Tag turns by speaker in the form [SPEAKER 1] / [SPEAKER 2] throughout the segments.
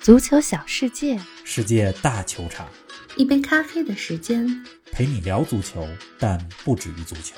[SPEAKER 1] 足球小世界，
[SPEAKER 2] 世界大球场，
[SPEAKER 3] 一杯咖啡的时间。
[SPEAKER 2] 陪你聊足球，但不止于足球。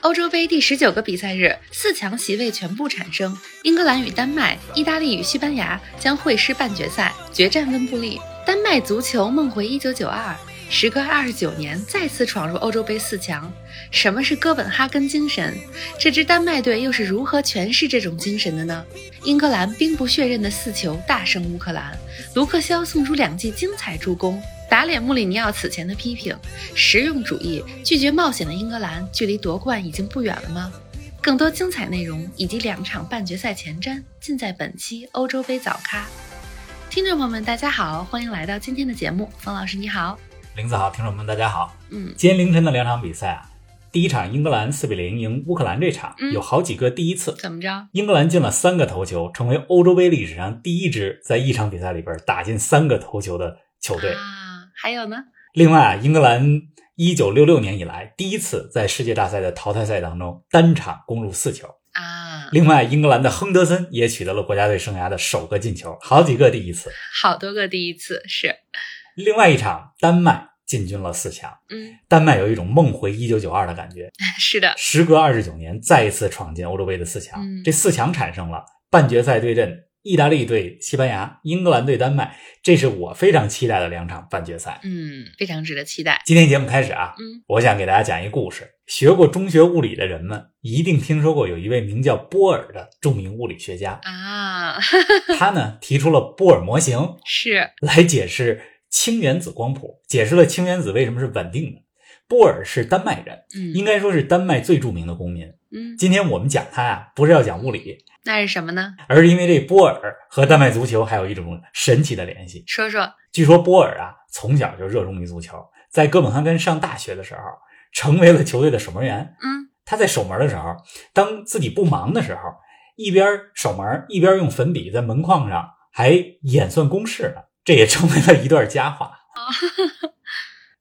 [SPEAKER 3] 欧洲杯第十九个比赛日，四强席位全部产生，英格兰与丹麦、意大利与西班牙将会师半决赛，决战温布利。丹麦足球梦回一九九二，时隔二十九年再次闯入欧洲杯四强。什么是哥本哈根精神？这支丹麦队又是如何诠释这种精神的呢？英格兰兵不血刃的四球大胜乌克兰，卢克肖送出两记精彩助攻，打脸穆里尼奥此前的批评。实用主义、拒绝冒险的英格兰，距离夺冠已经不远了吗？更多精彩内容以及两场半决赛前瞻，尽在本期欧洲杯早咖。听众朋友们，大家好，欢迎来到今天的节目。冯老师你好，
[SPEAKER 2] 林子好，听众们大家好。
[SPEAKER 3] 嗯，
[SPEAKER 2] 今天凌晨的两场比赛啊，第一场英格兰四比零赢乌克兰这场，
[SPEAKER 3] 嗯
[SPEAKER 2] 有好几个第一次。
[SPEAKER 3] 怎么着？
[SPEAKER 2] 英格兰进了三个头球，成为欧洲杯历史上第一支在一场比赛里边打进三个头球的球队。
[SPEAKER 3] 啊，还有呢？
[SPEAKER 2] 另外啊，英格兰一九六六年以来第一次在世界大赛的淘汰赛当中单场攻入四球。
[SPEAKER 3] 啊，
[SPEAKER 2] 另外，英格兰的亨德森也取得了国家队生涯的首个进球，好几个第一次。
[SPEAKER 3] 好多个第一次是，
[SPEAKER 2] 另外一场，丹麦进军了四强。
[SPEAKER 3] 嗯，
[SPEAKER 2] 丹麦有一种梦回一九九二的感觉，
[SPEAKER 3] 是的，
[SPEAKER 2] 时隔二十九年再一次闯进欧洲杯的四强。
[SPEAKER 3] 嗯
[SPEAKER 2] 这四强产生了半决赛对阵意大利对西班牙、英格兰对丹麦，这是我非常期待的两场半决赛。
[SPEAKER 3] 嗯，非常值得期待。
[SPEAKER 2] 今天节目开始啊，
[SPEAKER 3] 嗯，
[SPEAKER 2] 我想给大家讲一故事。学过中学物理的人们一定听说过有一位名叫波尔的著名物理学家，
[SPEAKER 3] 啊，
[SPEAKER 2] 他呢提出了波尔模型，
[SPEAKER 3] 是，
[SPEAKER 2] 来解释氢原子光谱，解释了氢原子为什么是稳定的。波尔是丹麦人，应
[SPEAKER 3] 嗯
[SPEAKER 2] 该说是丹麦最著名的公民。
[SPEAKER 3] 嗯，
[SPEAKER 2] 今天我们讲他呀、不是要讲物理，
[SPEAKER 3] 那是什么呢？
[SPEAKER 2] 而是因为这波尔和丹麦足球还有一种神奇的联系。
[SPEAKER 3] 说说，
[SPEAKER 2] 据说波尔啊，从小就热衷于足球，在哥本哈根上大学的时候，成为了球队的守门员。
[SPEAKER 3] 嗯，
[SPEAKER 2] 他在守门的时候，当自己不忙的时候，一边守门一边用粉笔在门框上还演算公式呢，这也成为了一段佳话。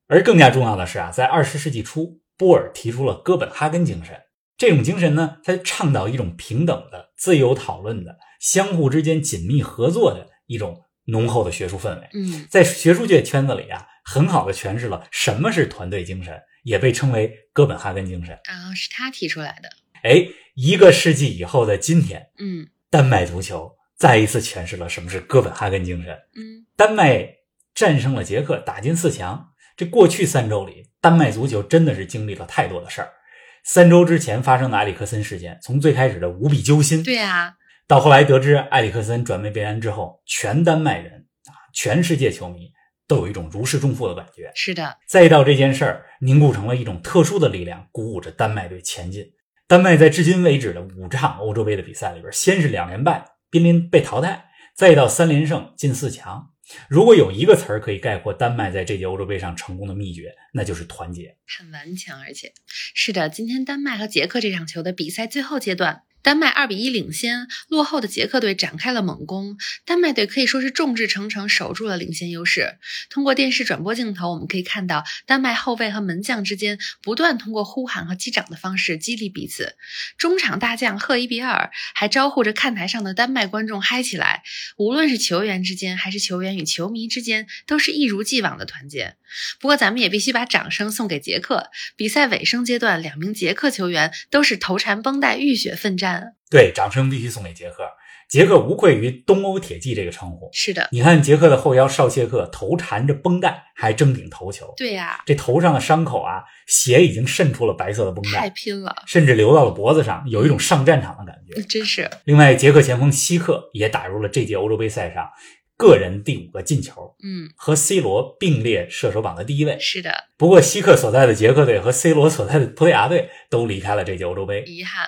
[SPEAKER 2] 而更加重要的是啊，在二十世纪初，波尔提出了哥本哈根精神。这种精神呢，它倡导一种平等的、自由讨论的、相互之间紧密合作的一种浓厚的学术氛围。
[SPEAKER 3] 嗯，
[SPEAKER 2] 在学术界圈子里啊，很好的诠释了什么是团队精神，也被称为哥本哈根精神。
[SPEAKER 3] 然后是他提出来的，
[SPEAKER 2] 哎，一个世纪以后的今天，
[SPEAKER 3] 嗯
[SPEAKER 2] 丹麦足球再一次诠释了什么是哥本哈根精神。
[SPEAKER 3] 嗯
[SPEAKER 2] 丹麦战胜了捷克，打进四强。这过去三周里，丹麦足球真的是经历了太多的事儿。三周之前发生的埃里克森事件，从最开始的无比揪心，
[SPEAKER 3] 对啊，
[SPEAKER 2] 到后来得知埃里克森转会被安之后，全丹麦人啊，全世界球迷都有一种如释重负的感觉。
[SPEAKER 3] 是的，
[SPEAKER 2] 再到这件事儿凝固成了一种特殊的力量，鼓舞着丹麦队前进。丹麦在至今为止的五场欧洲杯的比赛里边，先是两连败，濒临被淘汰，再到三连胜进四强。如果有一个词儿可以概括丹麦在这届欧洲杯上成功的秘诀，那就是团结。
[SPEAKER 3] 很顽强，而且是的，今天丹麦和捷克这场球的比赛最后阶段，丹麦二比一领先，落后的捷克队展开了猛攻，丹麦队可以说是众志成城，守住了领先优势。通过电视转播镜头，我们可以看到丹麦后卫和门将之间不断通过呼喊和击掌的方式激励彼此。中场大将赫伊比尔还招呼着看台上的丹麦观众嗨起来。无论是球员之间，还是球员与球迷之间，都是一如既往的团结。不过，咱们也必须把掌声送给捷克。比赛尾声阶段，两名捷克球员都是头缠绷带，浴血奋战。
[SPEAKER 2] 对，掌声必须送给捷克。捷克无愧于“东欧铁骑”这个称呼。
[SPEAKER 3] 是的，
[SPEAKER 2] 你看，捷克的后腰绍切克头缠着绷带，还争顶头球。
[SPEAKER 3] 对呀、
[SPEAKER 2] 这头上的伤口啊，血已经渗出了白色的绷带，
[SPEAKER 3] 太拼了，
[SPEAKER 2] 甚至流到了脖子上，有一种上战场的感觉。
[SPEAKER 3] 真是
[SPEAKER 2] 另外，捷克前锋希克也打入了这届欧洲杯赛上个人第五个进球，
[SPEAKER 3] 嗯，
[SPEAKER 2] 和 C 罗并列射手榜的第一位。
[SPEAKER 3] 是的，
[SPEAKER 2] 不过，希克所在的捷克队和 C 罗所在的葡萄牙队都离开了这届欧洲杯。
[SPEAKER 3] 遗憾。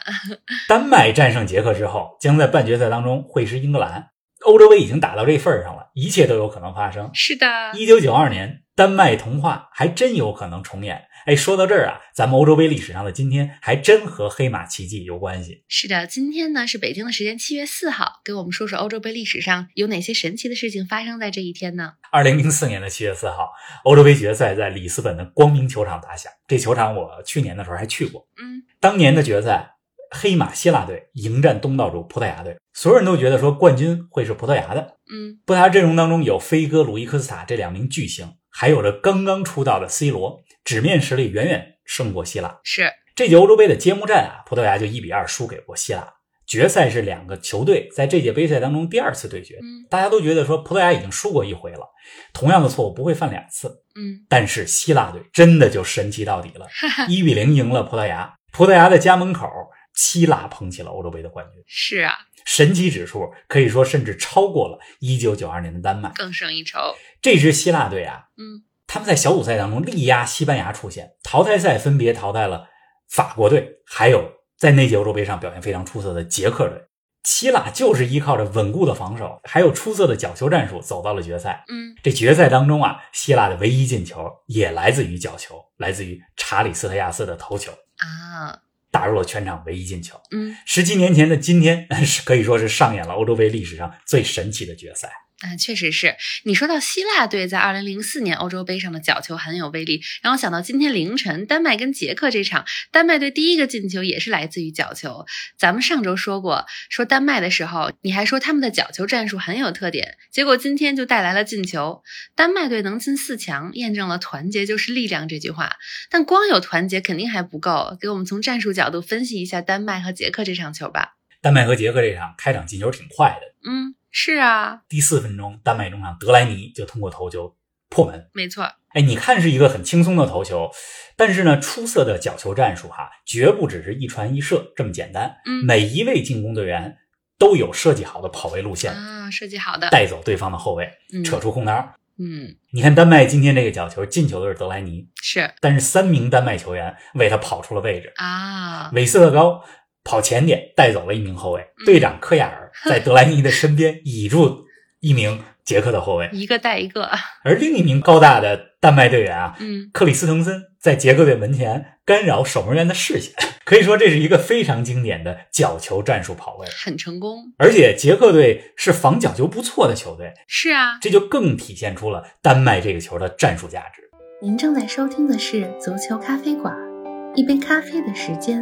[SPEAKER 2] 丹麦战胜捷克之后，将在半决赛当中会师英格兰。欧洲杯已经打到这份儿上了，一切都有可能发生。
[SPEAKER 3] 是的，
[SPEAKER 2] 一九九二年，丹麦童话还真有可能重演。哎，说到这儿啊，咱们欧洲杯历史上的今天还真和黑马奇迹有关系。
[SPEAKER 3] 是的。今天呢是北京的时间，七月四号，给我们说说欧洲杯历史上有哪些神奇的事情发生在这一天呢？
[SPEAKER 2] 二零零四年的七月四号，欧洲杯决赛在里斯本的光明球场打响。这球场我去年的时候还去过。
[SPEAKER 3] 嗯，
[SPEAKER 2] 当年的决赛，黑马希腊队迎战东道主葡萄牙队，所有人都觉得说冠军会是葡萄牙的。
[SPEAKER 3] 嗯
[SPEAKER 2] 葡萄牙阵容当中有飞哥、鲁伊科斯塔这两名巨星，还有着刚刚出道的 C 罗，纸面实力远远胜过希腊。
[SPEAKER 3] 是
[SPEAKER 2] 这届欧洲杯的揭幕战啊，葡萄牙就一比二输给过希腊。决赛是两个球队在这届杯赛当中第二次对决，
[SPEAKER 3] 嗯
[SPEAKER 2] 大家都觉得说葡萄牙已经输过一回了，同样的错误不会犯两次。
[SPEAKER 3] 嗯
[SPEAKER 2] 但是希腊队真的就神奇到底了，
[SPEAKER 3] 哈哈
[SPEAKER 2] 一比零赢了葡萄牙。葡萄牙的家门口，希腊捧起了欧洲杯的冠军，
[SPEAKER 3] 是啊，
[SPEAKER 2] 神奇指数可以说甚至超过了1992年的丹麦。
[SPEAKER 3] 更胜一筹。
[SPEAKER 2] 这支希腊队啊，
[SPEAKER 3] 嗯
[SPEAKER 2] 他们在小组赛当中力压西班牙出线，淘汰赛分别淘汰了法国队，还有在那届欧洲杯上表现非常出色的捷克队。希腊就是依靠着稳固的防守，还有出色的角球战术走到了决赛。
[SPEAKER 3] 嗯
[SPEAKER 2] 这决赛当中啊，希腊的唯一进球也来自于角球，来自于查理斯特亚斯的头球，
[SPEAKER 3] 啊
[SPEAKER 2] 打入了全场唯一进球。
[SPEAKER 3] 嗯，
[SPEAKER 2] 十七年前的今天， 是可以说是上演了欧洲杯历史上最神奇的决赛。
[SPEAKER 3] 啊，确实是。你说到希腊队在二零零四年欧洲杯上的角球很有威力，让我想到今天凌晨丹麦跟捷克这场，丹麦队第一个进球也是来自于角球。咱们上周说过，说丹麦的时候，你还说他们的角球战术很有特点，结果今天就带来了进球。丹麦队能进四强，验证了“团结就是力量”这句话。但光有团结肯定还不够，给我们从战术角度分析一下丹麦和捷克这场球吧。
[SPEAKER 2] 丹麦和捷克这场开场进球挺快的，
[SPEAKER 3] 嗯，是啊，
[SPEAKER 2] 第四分钟，丹麦中场德莱尼就通过头球破门。
[SPEAKER 3] 没错，
[SPEAKER 2] 哎，你看是一个很轻松的头球，但是呢，出色的角球战术哈、绝不只是一传一射这么简单。
[SPEAKER 3] 嗯。
[SPEAKER 2] 每一位进攻队员都有设计好的跑位路线，
[SPEAKER 3] 啊，设计好的，
[SPEAKER 2] 带走对方的后卫，
[SPEAKER 3] 嗯
[SPEAKER 2] 扯出空当儿。
[SPEAKER 3] 嗯，
[SPEAKER 2] 你看丹麦今天这个角球，进球的是德莱尼，
[SPEAKER 3] 是
[SPEAKER 2] 但是三名丹麦球员为他跑出了位置。
[SPEAKER 3] 啊，嗯
[SPEAKER 2] 韦斯特高跑前点带走了一名后卫，队长科亚尔在德莱尼的身边倚住一名捷克的后卫。
[SPEAKER 3] 一个带一个，
[SPEAKER 2] 而另一名高大的丹麦队员啊，
[SPEAKER 3] 嗯，
[SPEAKER 2] 克里斯滕森在捷克队门前干扰守门员的视线， 可以说这是一个非常经典的角球战术跑位。
[SPEAKER 3] 很成功，
[SPEAKER 2] 而且捷克队是防角球不错的球队，
[SPEAKER 3] 是啊。
[SPEAKER 2] 这就更体现出了丹麦这个球的战术价值。
[SPEAKER 3] 您正在收听的是《足球咖啡馆》，一杯咖啡的时间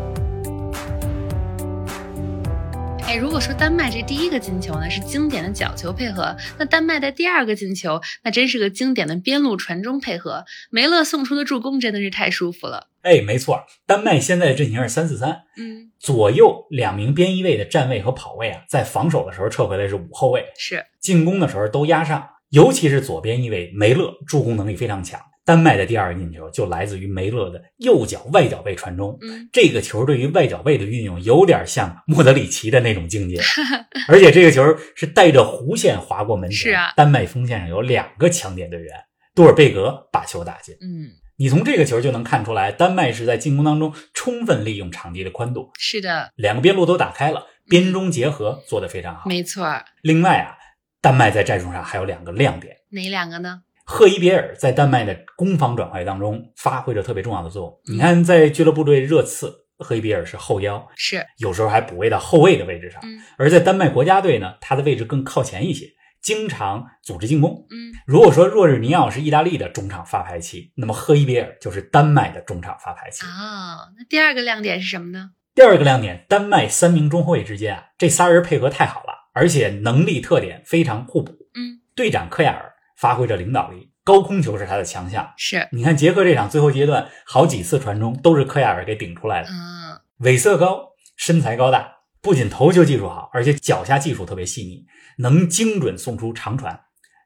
[SPEAKER 3] 哎，如果说丹麦这第一个进球呢是经典的角球配合，那丹麦的第二个进球那真是个经典的边路传中配合，梅勒送出的助攻真的是太舒服了。
[SPEAKER 2] 哎，没错，丹麦现在的阵型是三四三，
[SPEAKER 3] 嗯，
[SPEAKER 2] 左右两名边翼位的站位和跑位啊，在防守的时候撤回来是五后卫，
[SPEAKER 3] 是，
[SPEAKER 2] 进攻的时候都压上，尤其是左边一位梅勒，助攻能力非常强。丹麦的第二个进球就来自于梅勒的右脚外脚背传中。
[SPEAKER 3] 嗯，
[SPEAKER 2] 这个球对于外脚背的运用有点像莫德里奇的那种境 界，而且这个球是带着弧线划过门前。
[SPEAKER 3] 是啊
[SPEAKER 2] 丹麦锋线上有两个强点队员，多尔贝格把球打进。
[SPEAKER 3] 嗯，
[SPEAKER 2] 你从这个球就能看出来，丹麦是在进攻当中充分利用场地的宽度，
[SPEAKER 3] 是的，
[SPEAKER 2] 两个边路都打开了，边中结合做得非常好。
[SPEAKER 3] 没错儿。
[SPEAKER 2] 另外啊，丹麦在战术上还有两个亮点。
[SPEAKER 3] 哪两个呢？
[SPEAKER 2] 赫伊别尔在丹麦的攻防转换当中发挥着特别重要的作用。你看，在俱乐部队热刺，赫伊别尔是后腰，
[SPEAKER 3] 是，
[SPEAKER 2] 有时候还补位到后卫的位置上；
[SPEAKER 3] 嗯
[SPEAKER 2] 而在丹麦国家队呢，他的位置更靠前一些，经常组织进攻。
[SPEAKER 3] 嗯，
[SPEAKER 2] 如果说若日尼奥是意大利的中场发牌器，那么赫伊别尔就是丹麦的中场发牌器。
[SPEAKER 3] 哦，那第二个亮点是什么呢？
[SPEAKER 2] 第二个亮点，丹麦三名中后卫之间啊，这仨人配合太好了，而且能力特点非常互补。
[SPEAKER 3] 嗯，
[SPEAKER 2] 队长科亚尔发挥着领导力，高空球是他的强项。
[SPEAKER 3] 是，
[SPEAKER 2] 你看捷克这场最后阶段，好几次传中都是科亚尔给顶出来的。
[SPEAKER 3] 嗯，
[SPEAKER 2] 韦瑟高，身材高大，不仅头球技术好，而且脚下技术特别细腻，能精准送出长传。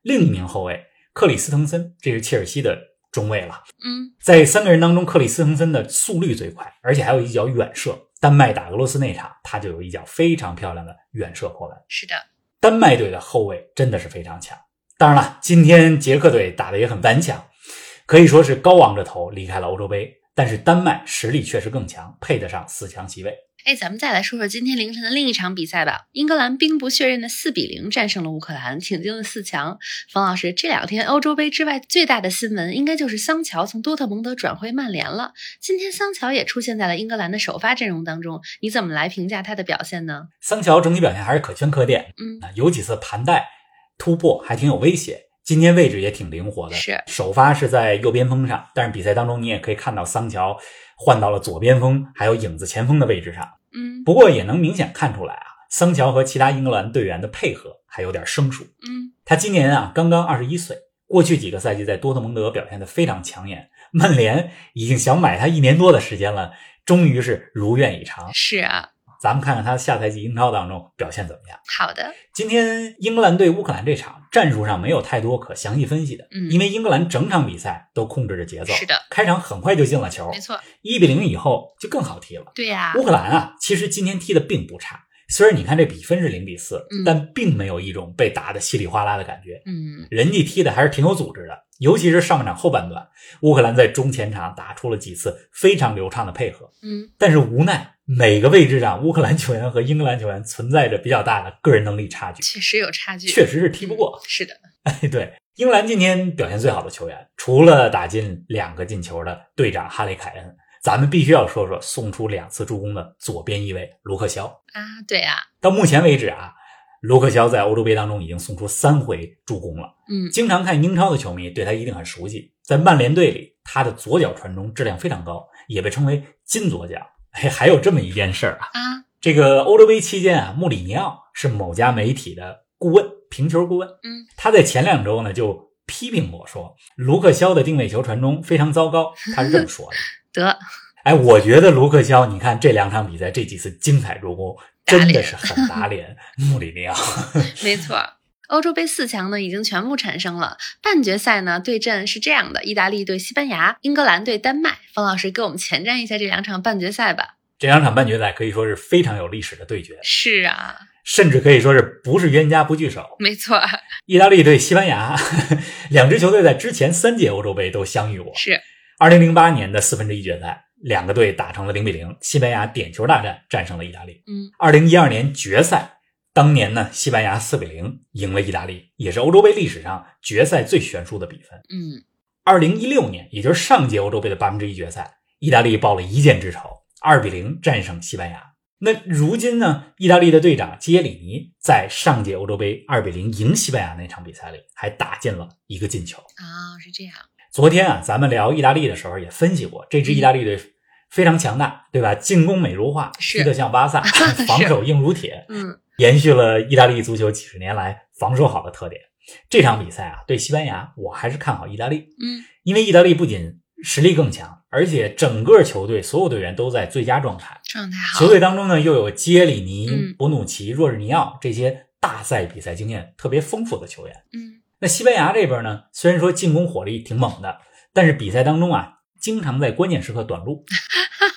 [SPEAKER 2] 另一名后卫克里斯滕森，这是切尔西的中卫了。
[SPEAKER 3] 嗯，
[SPEAKER 2] 在三个人当中，克里斯滕森的速率最快，而且还有一脚远射。丹麦打俄罗斯那场，他就有一脚非常漂亮的远射破门。
[SPEAKER 3] 是的，
[SPEAKER 2] 丹麦队的后卫真的是非常强。当然了，今天捷克队打得也很顽强，可以说是高昂着头离开了欧洲杯。但是丹麦实力确实更强，配得上四强席位。
[SPEAKER 3] 哎，咱们再来说说今天凌晨的另一场比赛吧。英格兰兵不血刃的四比零战胜了乌克兰，挺进了四强。冯老师，这两天欧洲杯之外最大的新闻，应该就是桑乔从多特蒙德转会曼联了。今天桑乔也出现在了英格兰的首发阵容当中，你怎么来评价他的表现呢？
[SPEAKER 2] 桑乔整体表现还是可圈可点，
[SPEAKER 3] 嗯，
[SPEAKER 2] 啊有几次盘带突破还挺有威胁。今天位置也挺灵活的，
[SPEAKER 3] 是
[SPEAKER 2] 首发是在右边锋上，但是比赛当中你也可以看到桑乔换到了左边锋，还有影子前锋的位置上。
[SPEAKER 3] 嗯
[SPEAKER 2] 不过也能明显看出来啊，桑乔和其他英格兰队员的配合还有点生疏。
[SPEAKER 3] 嗯，
[SPEAKER 2] 他今年啊刚刚二十一岁，过去几个赛季在多特蒙德表现得非常抢眼，曼联已经想买他一年多的时间了，终于是如愿以偿。
[SPEAKER 3] 是啊，
[SPEAKER 2] 咱们看看他下赛季英超当中表现怎么样。
[SPEAKER 3] 好的，
[SPEAKER 2] 今天英格兰对乌克兰这场战术上没有太多可详细分析的，
[SPEAKER 3] 嗯
[SPEAKER 2] 因为英格兰整场比赛都控制着节奏，
[SPEAKER 3] 是的，
[SPEAKER 2] 开场很快就进了球
[SPEAKER 3] 没，错，
[SPEAKER 2] 一比零以后就更好踢了。
[SPEAKER 3] 对呀、
[SPEAKER 2] 乌克兰啊，其实今天踢的并不差，虽然你看这比分是零比四、
[SPEAKER 3] 嗯
[SPEAKER 2] 但并没有一种被打得稀里哗啦的感觉。
[SPEAKER 3] 嗯
[SPEAKER 2] 人家踢的还是挺有组织的，尤其是上半场后半段，乌克兰在中前场打出了几次非常流畅的配合，
[SPEAKER 3] 嗯，
[SPEAKER 2] 但是无奈每个位置上乌克兰球员和英格兰球员存在着比较大的个人能力差距，
[SPEAKER 3] 确实有差距，嗯
[SPEAKER 2] 确实是踢不过。
[SPEAKER 3] 是的，
[SPEAKER 2] 对，英格兰今天表现最好的球员，除了打进两个进球的队长哈里凯恩，咱们必须要说说送出两次助攻的左边翼卫卢克肖。
[SPEAKER 3] 啊，对呀、
[SPEAKER 2] 到目前为止啊，卢克肖在欧洲杯当中已经送出三回助攻了。
[SPEAKER 3] 嗯
[SPEAKER 2] 经常看英超的球迷对他一定很熟悉，在曼联队里，他的左脚传中质量非常高，也被称为“金左脚”。哎，还有这么一件事儿啊，
[SPEAKER 3] 啊，
[SPEAKER 2] 这个欧洲杯期间啊，穆里尼奥是某家媒体的顾问，评球顾问。
[SPEAKER 3] 嗯，
[SPEAKER 2] 他在前两周呢就批评我说，卢克肖的定位球传中非常糟 糕，他是这么说的。
[SPEAKER 3] 得，
[SPEAKER 2] 哎，我觉得卢克肖，你看这两场比赛这几次精彩助攻，真的是很打脸穆里尼奥。
[SPEAKER 3] 没错。欧洲杯四强呢已经全部产生了，半决赛呢对阵是这样的：意大利对西班牙，英格兰对丹麦。方老师给我们前瞻一下这两场半决赛吧。
[SPEAKER 2] 这两场半决赛可以说是非常有历史的对决，
[SPEAKER 3] 是啊，
[SPEAKER 2] 甚至可以说是不是冤家不聚首。
[SPEAKER 3] 没错，
[SPEAKER 2] 意大利对西班牙， 两支球队在之前三届欧洲杯都相遇过。
[SPEAKER 3] 是
[SPEAKER 2] 二零零八年的四分之一决赛，两个队打成了零比零，西班牙点球大战战胜了意大利。
[SPEAKER 3] 嗯，
[SPEAKER 2] 二零一二年决赛，当年呢，西班牙四比零赢了意大利，也是欧洲杯历史上决赛最悬殊的比分。
[SPEAKER 3] 嗯，
[SPEAKER 2] 二零一六年，也就是上届欧洲杯的八分之一决赛，意大利报了一箭之仇，二比零战胜西班牙。那如今呢，意大利的队长基耶里尼在上届欧洲杯二比零赢西班牙那场比赛里，还打进了一个进球。
[SPEAKER 3] 啊、是这样，
[SPEAKER 2] 昨天啊，咱们聊意大利的时候也分析过，这支意大利队非常强大，对吧？进攻美如画，
[SPEAKER 3] 是
[SPEAKER 2] 踢得像 巴萨，防守硬如铁，
[SPEAKER 3] 嗯
[SPEAKER 2] 延续了意大利足球几十年来防守好的特点。这场比赛啊，对西班牙，我还是看好意大利，
[SPEAKER 3] 嗯，
[SPEAKER 2] 因为意大利不仅实力更强，而且整个球队所有队员都在最佳状态。
[SPEAKER 3] 状态好
[SPEAKER 2] 球，队当中呢，又有基耶里尼、
[SPEAKER 3] 嗯
[SPEAKER 2] 博努奇、若日尼奥这些大赛比赛经验特别丰富的球员。
[SPEAKER 3] 嗯
[SPEAKER 2] 那西班牙这边呢，虽然说进攻火力挺猛的，但是比赛当中啊，经常在关键时刻短 路。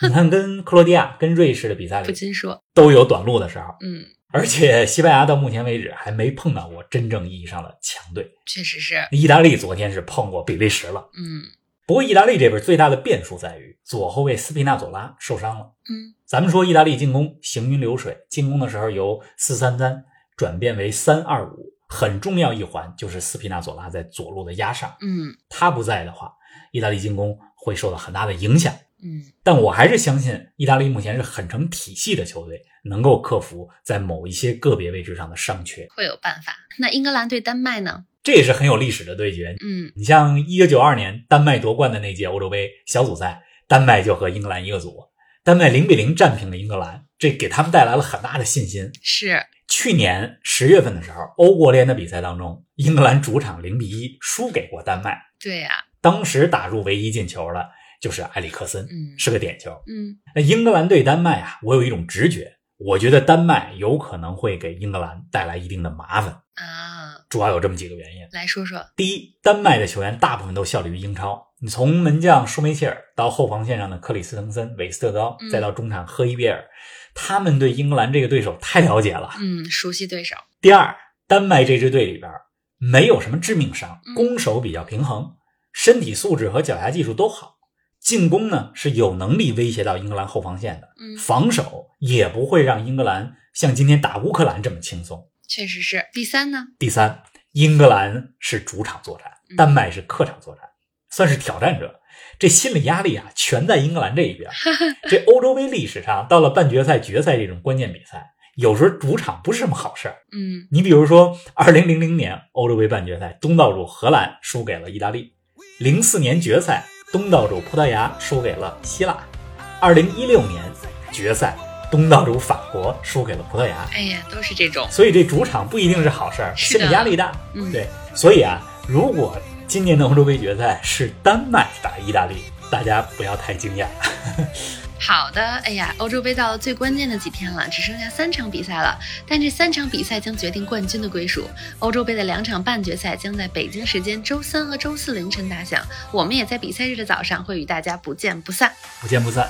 [SPEAKER 2] 你看，跟克罗地亚、跟瑞士的比赛
[SPEAKER 3] 不
[SPEAKER 2] 里
[SPEAKER 3] 禁说，
[SPEAKER 2] 都有短路的时候，
[SPEAKER 3] 嗯，
[SPEAKER 2] 而且西班牙到目前为止还没碰到过真正意义上的强队。
[SPEAKER 3] 确实是，
[SPEAKER 2] 意大利昨天是碰过比利时了，
[SPEAKER 3] 嗯
[SPEAKER 2] 不过意大利这边最大的变数在于左后卫斯皮纳佐拉受伤了。
[SPEAKER 3] 嗯
[SPEAKER 2] 咱们说意大利进攻行云流水，进攻的时候由四三三转变为三二五，很重要一环就是斯皮纳佐拉在左路的压上。
[SPEAKER 3] 嗯
[SPEAKER 2] 他不在的话，意大利进攻会受到很大的影响。
[SPEAKER 3] 嗯，
[SPEAKER 2] 但我还是相信，意大利目前是很成体系的球队，能够克服在某一些个别位置上的上缺。
[SPEAKER 3] 会有办法。那英格兰对丹麦呢？
[SPEAKER 2] 这也是很有历史的对决。
[SPEAKER 3] 嗯，
[SPEAKER 2] 你像一九九二年丹麦夺冠的那届欧洲杯小组赛，丹麦就和英格兰一个组，丹麦零比零战平了英格兰，这给他们带来了很大的信心。
[SPEAKER 3] 是
[SPEAKER 2] 去年十月份的时候，欧国联的比赛当中，英格兰主场零比一输给过丹麦，
[SPEAKER 3] 对啊呀、
[SPEAKER 2] 当时打入唯一进球的就是埃里克森，
[SPEAKER 3] 嗯
[SPEAKER 2] 是个点球。
[SPEAKER 3] 嗯
[SPEAKER 2] 那英格兰对丹麦啊，我有一种直觉，我觉得丹麦有可能会给英格兰带来一定的麻烦，
[SPEAKER 3] 啊，
[SPEAKER 2] 主要有这么几个原因。
[SPEAKER 3] 来说说，
[SPEAKER 2] 第一，丹麦的球员大部分都效力于英超，你从门将舒梅切尔到后防线上的克里斯滕森、韦斯特高
[SPEAKER 3] 嗯，
[SPEAKER 2] 再到中场赫伊贝尔，他们对英格兰这个对手太了解了。
[SPEAKER 3] 嗯，熟悉对手，
[SPEAKER 2] 第二，丹麦这支队里边没有什么致命伤
[SPEAKER 3] 嗯，
[SPEAKER 2] 攻守比较平衡，身体素质和脚下技术都好。进攻呢是有能力威胁到英格兰后防线的，
[SPEAKER 3] 嗯，
[SPEAKER 2] 防守也不会让英格兰像今天打乌克兰这么轻松。
[SPEAKER 3] 确实是。第三呢，
[SPEAKER 2] 第三，英格兰是主场作战，
[SPEAKER 3] 嗯
[SPEAKER 2] 丹麦是客场作战，算是挑战者。这心理压力啊，全在英格兰这一 边。这欧洲杯历史上，到了半决赛、决赛这种关键比赛，有时候主场不是什么好事儿。
[SPEAKER 3] 嗯，
[SPEAKER 2] 你比如说，二零零零年欧洲杯半决赛，东道主荷兰输给了意大利；零四年决赛，东道主葡萄牙输给了希腊；二零一六年决赛，东道主法国输给了葡萄牙。
[SPEAKER 3] 哎呀，都是这种，
[SPEAKER 2] 所以这主场不一定是好事儿，
[SPEAKER 3] 是
[SPEAKER 2] 心
[SPEAKER 3] 的
[SPEAKER 2] 理压力大。
[SPEAKER 3] 嗯，
[SPEAKER 2] 对，所以啊，如果今年的欧洲杯决赛是丹麦打意大利，大家不要太惊讶。
[SPEAKER 3] 好的，哎呀，欧洲杯到了最关键的几天了，只剩下三场比赛了，但这三场比赛将决定冠军的归属。欧洲杯的两场半决赛将在北京时间周三和周四凌晨打响，我们也在比赛日的早上会与大家不见不散。
[SPEAKER 2] 不见不散。